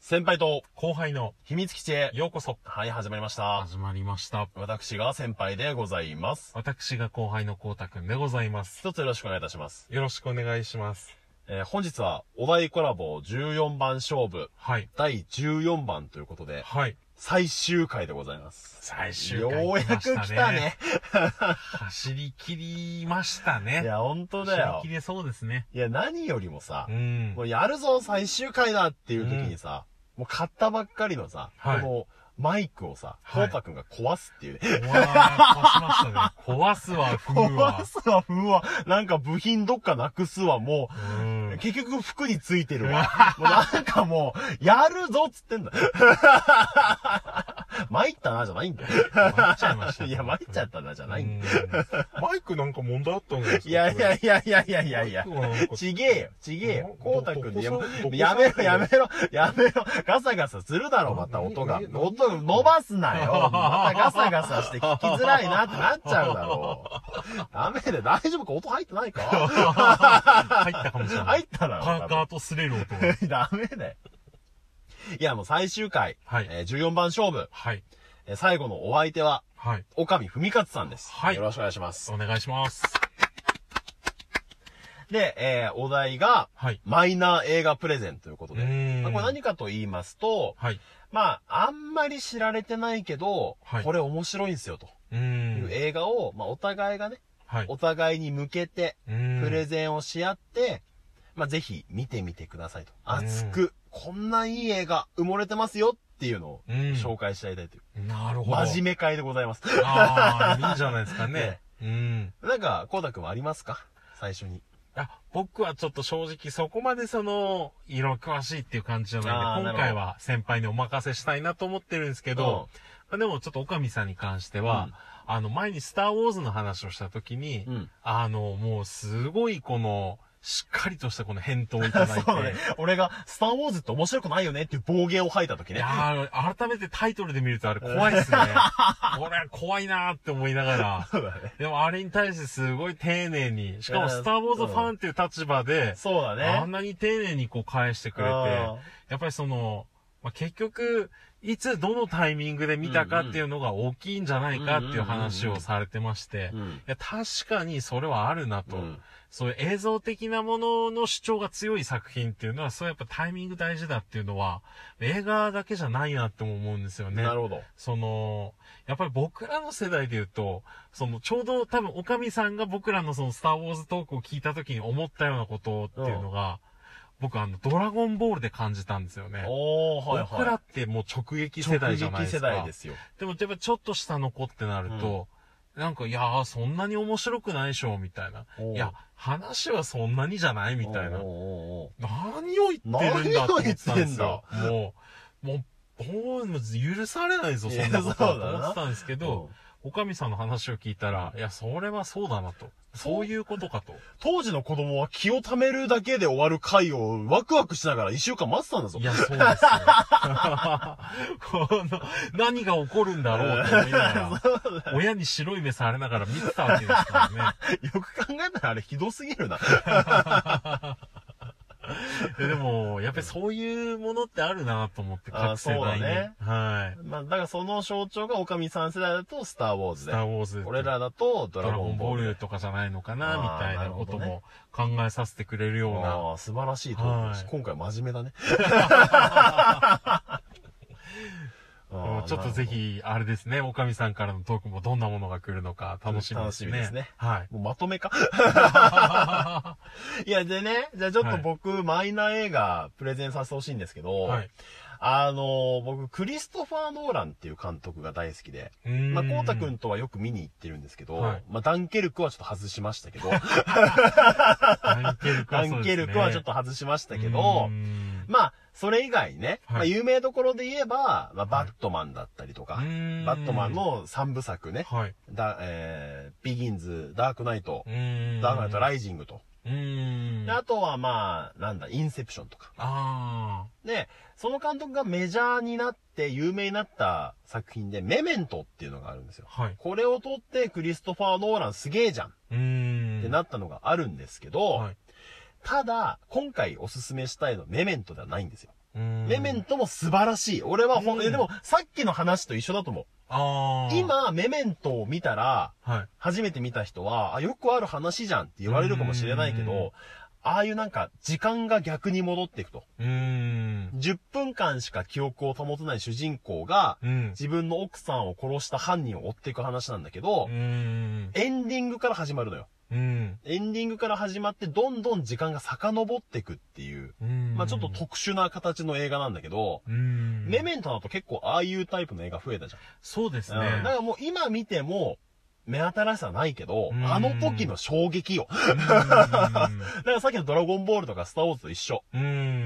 先輩と後輩の秘密基地へ。ようこそはい、始まりました。始まりました。私が先輩でございます。私が後輩のこうたくんでございます。一つよろしくお願いいたします。よろしくお願いします。えー本日はお題コラボ14番勝負はい。第14番ということで、はい。最終回でございます。最終よ回うやく来ましたね。。走り切りましたね。いや、本当だよ走り切。れそうですね。いや、何よりもさう、んも。うやるぞ、最終回だっていう時にさ、もう買ったばっかりのさ、はいこのマイクをさ、コはいータくんが壊すっていうね。うわー壊しましたね。壊すわ、風は壊。すわ、風は。なんか部品どっかなくすわ、もう。うん。結局服についてる わ。もうなんかもう、やるぞっつってんだ。 参ったな、じゃないんだよ。参っちゃいましたね。いや、参っちゃったな、じゃないんだよ。うんマイクなんか問題あったんですかいやいやいいやいやいやいやいやマイクはなん。かちげえよ、ちげえよ。どこうたくんにやどこさんやめどころ、さんやめろ、やめろ。ガサガサするだろ、また音が。何何音伸ばすな よ。またガサガサして聞きづらいなってなっちゃうだろう。ダメで、大丈夫か音入ってないか 入ったかもしれな入いっ。たな。パーカーと擦れる音が。ー。 ダメだよ。いや、もう最終回、はいえー14番勝負、はい。えー最後のお相手は、はい。岡見文勝さんです。はいよろしくお願いします。お願いします。で、えーお題が、はい。マイナー映画プレゼンということうで。ーんまあこれ何かと言いますと、はい。まあ、あんまり知られてないけど、はいこれ面白いんですよ、とういー。うん映画を、まあ、お互いがね、はい。お互いに向けて、うーんプレゼンをし合って、まあ、ぜひ見てみてくださいと。熱く、こんないい映画埋もれてますよっていうのをうん紹介してやりたいという。なるほど。真面目会でございます。 ああ、いいんじゃないですかね。うん。なんか、コウタくんはありますか最初に。あ、僕はちょっと正直そこまでその、色詳しいっていう感じじゃないんあで、ーなるほど今回は先輩にお任せしたいなと思ってるんですけど、まあでもちょっとおかみさんに関しては、あの、前にスターウォーズの話をした時に、うん。あの、もうすごいこの、しっかりとしたこの返答をいただい て、そうね。俺が、スターウォーズって面白くないよねっていう暴言を吐いた時いね。やー、改めてタイトルで見るとあれ怖いっ すね。これは怖いなーって思いながら。そうだね。でもあれに対してすごい丁寧に、しかいもやースターウォーズファンっていう立場で、そうだあんね。なに丁寧にこう返してくれて、あやっぱりその、まあ、結局、いつどのタイミングで見たかっていうのが大きいんじゃないかっていう話をされてましてー、ういん。や確かにそれはあるなと、うんそういう映像的なものの主張が強い作品っていうのは、そうやっぱタイミング大事だっていうのは、映画だけじゃないなっても思うんですよね。なるほど。その、やっぱり僕らの世代で言うと、その、ちょうど多分、おかみさんが僕らのその、スターウォーズトークを聞いた時に思ったようなことっていうのが、僕あの、ドラゴンボールで感じたんですよね。おー、はいはい。僕らってもう直撃世代じゃないですか。直撃世代ですよ。でも、やっぱちょっと下の子ってなると、なんか、いやー、そんなに面白くないでしょ、みたいな。おういや、話はそんなにじゃないみたいなおー。おーおー何を言ってるんだって思ってたんですよ。もう、もう、もう許されないぞ、そんなことはと思ってたんですけうどん、おかみさんの話を聞いたら、いや、それはそうだなと。そういうことかと。当時の子供は気を貯めるだけで終わる回をワクワクしながら一週間待ってたんだぞい。や、そうですよ。 この、何が起こるんだろうって思いな がら、親に白い目されながら見てたわけですからね。よく考えたらあれひどすぎるな。 ででも、やっぱりそういうものってあるなと思って、あ各世代に。そうだねはい。まあ、だからその象徴が、おかみさん世代だと、スター・ウォーズスで。ターウォーズ。俺らだと、ドドララゴゴンンボボーールルとかじゃないのかな、あーみたいなことなるも考えさせてくれるような。ああ、素晴らしいと思います。はい今回真面目だ ね。 うんちょっとぜひ、あれですね、おかみさんからのトークもどんなものが来るのか楽しみで楽しすね。みですねはい。もうまとめか いや、でね、じゃあちょっと僕、マイナー映画、プレゼンさせてほしいんですけど、はい。あのー僕、クリストファー・ノーランっていう監督が大好きで、うーんまあ、こうたくんとはよく見に行ってるんですけど、はいまあ、ダンケルクはちょっと外しました けど、ダンダンケルクはそうですねケルクはちょっと外しましたけどうー、んまあ、それ以外にね、はまいあ、有名どころで言えば、まあ、バットマンだったりとか、うーんバットマン、の3部作ね、はい。だ、えー、ビギンズ、ダークナイトう、ーんダークナイト、ライジングと。うーん。であとは、まあ、なんだ、インセプションとか。あで、その監督がメジャーになって有名になった作品で、メメントっていうのがあるんですよ。ー。はい。これを撮ってクリストファー・ノーランすげえじゃんっうーん。てなったのがあるんですけど、はいただ、今回おすすめしたいのはメメントではないんですよ。ううんメメントも素晴らしい。俺はほん、うんえでも、さっきの話と一緒だと思う。ああ。、今、メメントを見たら、はい。初めて見た人は、あ、よくある話じゃんって言われるかもしれないけうんど、ああいうなんか、時間が逆に戻っていくと。うーん。 10分間しか記憶を保てない主人公が、うん。自分の奥さんを殺した犯人を追っていく話なんだけどう、ん。エンディングから始まるのよ。うん。エンディングから始まって、どんどん時間が遡っていくっていう、うん。まあちょっと特殊な形の映画なんだけど、うん。メメントだと結構ああいうタイプの映画増えたじゃん。そうですね。うんだからもう今見ても、目新しさないけどう、んあの時の衝撃よ。 だからさっきのドラゴンボールとかスターウォーズと一緒。うん。う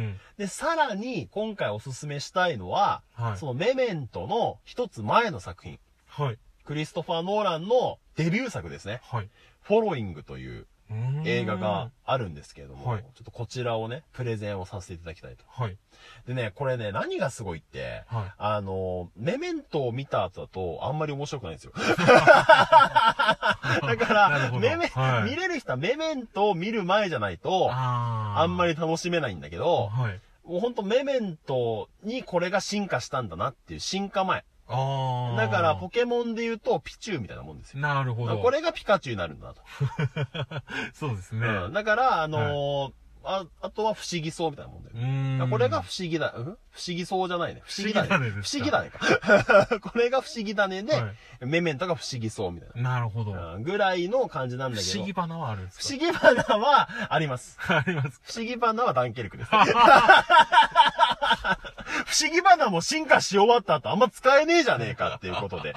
ん。で、さらに今回おすすめしたいのは、はい。そのメメントの一つ前の作品。はい。クリストファー・ノーランのデビュー作ですね。はい。フォロイングといううーん映画が。あるんですけれども、はいちょっとこちらをね、プレゼンをさせていただきたいと。はい。でね、これね、何がすごいって、はい。あの、メメントを見た後だと、あんまり面白くないんですよ。だか なるほら、どメメ、はい見れる人はメメントを見る前じゃないと、ああ。あんまり。楽しめないんだけど、はい。もうほんとメメントにこれが進化したんだなっていう進化前。ああ。だから、ポケモンで言うと、ピチューみたいなもんですよ。なるほど。こ。れがピカチュウになるんだなと。そうですね。うんだから、あのーあ、あとは不思議そうみたいなもんだよう。ーん。これが不思議だ、うん不思議そうじゃないね。不思議だね。不思議だねですか不思議だねか。 これが不思議だねで、はメメントが不思議そうみたいい。なるほど。な。うんぐらいの感じなんだけど。不思議花はあるんですか不思議花はあります。 あります。不思議花はダンケルク です。不思議花も進化し終わった後あんま使えねえじゃねえかっていうことで。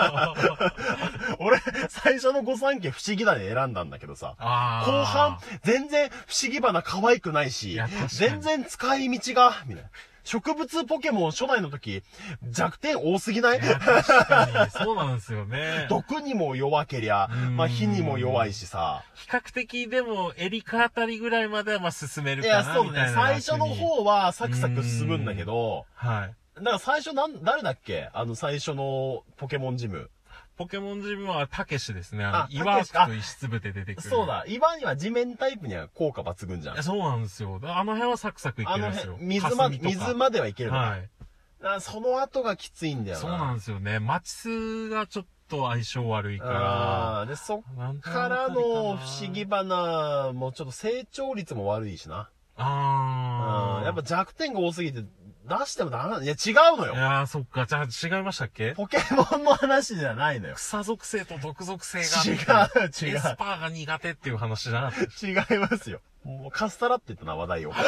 俺、最初の御三家不思議だね選んだんだけどさ。ああ。後半、全然不思議花可愛くないしいや確か、に全然使い道が、みたいな。植物ポケモン初代の時、弱点多すぎないいや確かに、そうなんですよ ね。毒にも弱けりゃう、んまあ火にも弱いしさ。比較的、でも、エリカあたりぐらいまでは、まあ、進めるいかや、な、みたそういねな。。最初の楽に。方はサクサク進むんだけど、はい。だから最初なん、誰だっけあの最初のポケモンジム。ポケモンジムは、たけしですね。ああの、岩たけしかと石粒で出てくる。そう。だ、岩には地面タイプには効果抜群じゃんいや。そうなんですよ。あの辺はサクサクいけあるのんですよ。辺、水ま、霞とか水まではいけるのかはい。あその後がきついんだよな。そうなんですよね。マチスがちょっと相性悪いかあーで、そっら。なんとかなくらあのたりかな不思議。花もちょっと成長率も悪いしな。うあん。あ。やっぱ弱点が多すぎて出してもダメないや、違うのいよ。やー、そっか。じゃあ、違いましたっけポケモンの話じゃないのよ。草属性と毒属性違が。う、違エスう。パーが苦手っていう話じゃなかった違いますよ。もうカスタラって言ったな、話題を。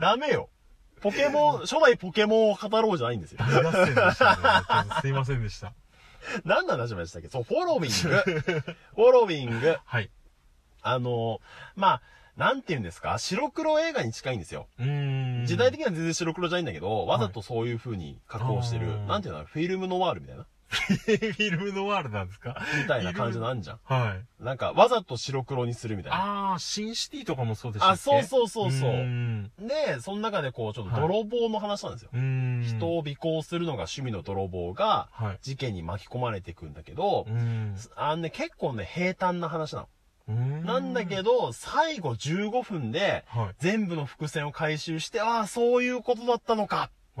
ダメよ。ポケ モン、初代ポケモンを語ろうじゃないんですよ。大合戦でしたね。すいませんでした。何の話までしたっけそう、フォロウィング。フォロウィング。はい。あの、まあ、なんて言うんですか白黒映画に近いんですよ。うーん。時代的には全然白黒じゃないんだけど、わざとそういう風に加工してる、あーなんていうのフィルムノワールみたいなフィルムノワールなんですかみたいな感じのあんじゃん。はい。なんか、わざと白黒にするみたいな。あー、シンシティとかもそうでしたあ、っけそうそうそうそうーんで、その中でこう、ちょっと泥棒の話なんですよ。うーん。人をを。尾行するのが趣味の泥棒が、はい。事件に巻き込まれていくんだけどう、ーん。あのね、結構ね、平坦な話なの。ななんだけ、ど、最後15分で、はい。全部の伏線を回収して、ああ、そういうことだったのかあー。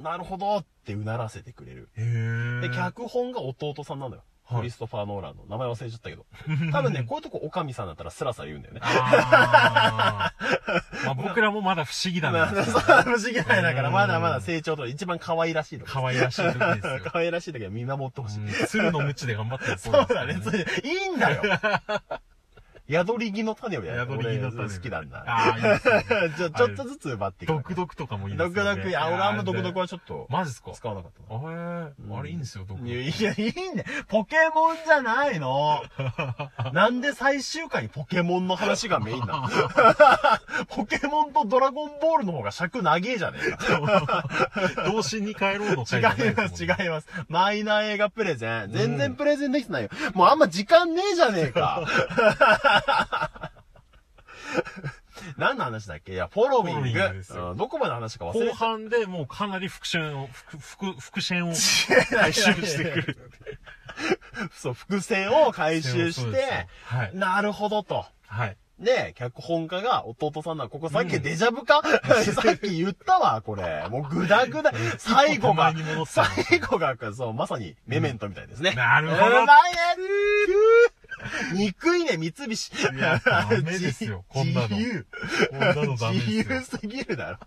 なるほどってうならせてくれる。へー。で、脚本が弟さんなのよ。はいクリストファー・ノーランの。名前忘れちゃったけど。多分ね、こういうとこ、おかみさんだったらスラスラ言うん だよね。あー。 まあ僕らもまだ不思議だまあな。そう不思議ないだから、うんまだまだ成長と、一番可愛らしいとこ。可愛らしい時です よ。 可愛らしいだけど見守ってほしい。うん鶴の鞭で頑張ってるそうだね、そそうですれいいんだよ 宿り木の種をやる。宿り木の種俺好きなんだ。からね。あー、いいですね。じゃ、ちょっとずつ奪っていく。独特とかもいいです毒よね。々、あ、俺あんま毒々はちょっと、マジっすか使わなかったな。あれ、あれいいんですよ、毒いや、々。いや、いいね。ポケモンじゃない の。なんで最終回にポケモンの話がメインな のポケモンとドラゴンボールの方が尺長えじゃねえか。童心に帰ろうの違回じゃないいます、違う。います。マイナー映画プレゼン。全然プレゼンできてないよ。もうあんま時間ねえじゃねえか。 何の話だっけいや、フォロウィンフォロウィングですグ。ようんどこまで話か忘れて後半でもうかなり復讐を、復、復、復戦を回回収してく。る。そう、伏線を回収しそうてです、はい。なるほどと。はい。で、脚本家が、弟さんな、ここさっうきんデジャブ か、さっき言ったわ、これ。もうグダグダ。最後が一歩手前に戻、ったな最後が、そう、まさに、メメントみたいですね。なるほどうまいね憎いね、三菱。いやダメです よこんなの自由。こんなのダメですよ自由すぎるだろ。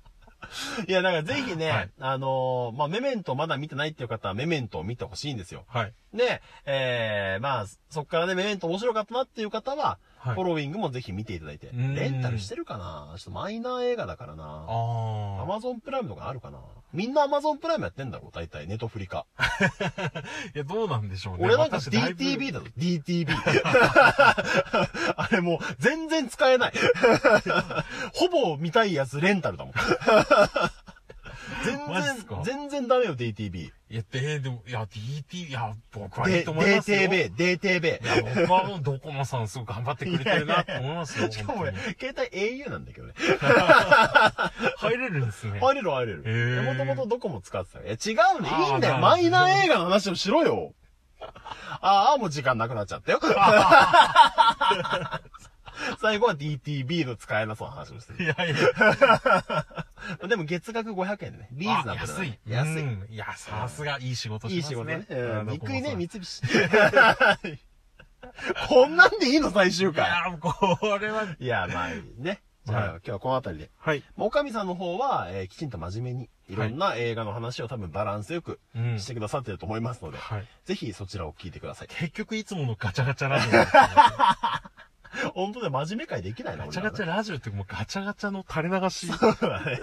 いや、だからぜひね、はいあのーまあ、メメントまだ見てないっていう方はメメントを見てほしいんですよ。はい。で、えー、まあ、そっからね、メメント面白かったなっていう方は、はいフォローイングもぜひ見ていただいて。うんレンタルしてるかなちょっとマイナー映画だからな。アああ。マゾンプライムとかあるかなみんなアマゾンプライムやってんだろ大体、ネトフリか。いや、どうなんでしょうね。俺なんか私だいぶ DTV だぞ、DTV。あれもう全然使えない。 ほぼ見たいやつレンタルだ もん。マジっす全か然、全然ダメよ、DTV。いや、で、でも、いや、DT、いや、僕はいいで、と思いますよ。 DTV、DTV い。や、僕はもうドコモさんすごい頑張ってくれてるなって思います よ。しかも本俺当に、携帯 au なんだけどね。入れるんですね。入れる入れる。へーもともとドコモ使ってたから。いや、違うね。いいんだよ。あーマイナー映画の話をしろよ。ああ、もう時間なくなっちゃったよ。 最後は DTB の使えなそうな話をしている。やいや。でも月額500円でね。リーズナブルだ安いね。。安い。うん。いや、さすがいい仕事いしいます仕ね。事ね。あうんの憎いね、ドコモさ三ん菱。 こんなんでいいの最終い回。やー、これは。いや、まあ、ね。じゃあ、今日はこの辺りで。はい。おかみさんの方は、えーきちんと真面目に、いろんな映画の話を多分バランスよくうんしてくださってると思いますので、はい。ぜひそちらを聞いてください。結局いつものガチャガチャラ ジオなんですけど。本当で真面目会できないな、ガチャガチャ。ャラジオってもうガチャガチャの垂れ流し。そうだね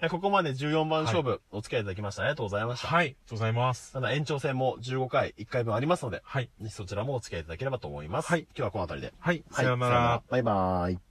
いやここまで14番勝負、お付き合いいただきました。ありがとうございました。はい。ありがとうございます。ただ延長戦も15回、1回分ありますので、はい。ぜひそちらもお付き合いいただければと思います。はい今日はこの辺りで。はい。はさいようなら。。バイバーイ。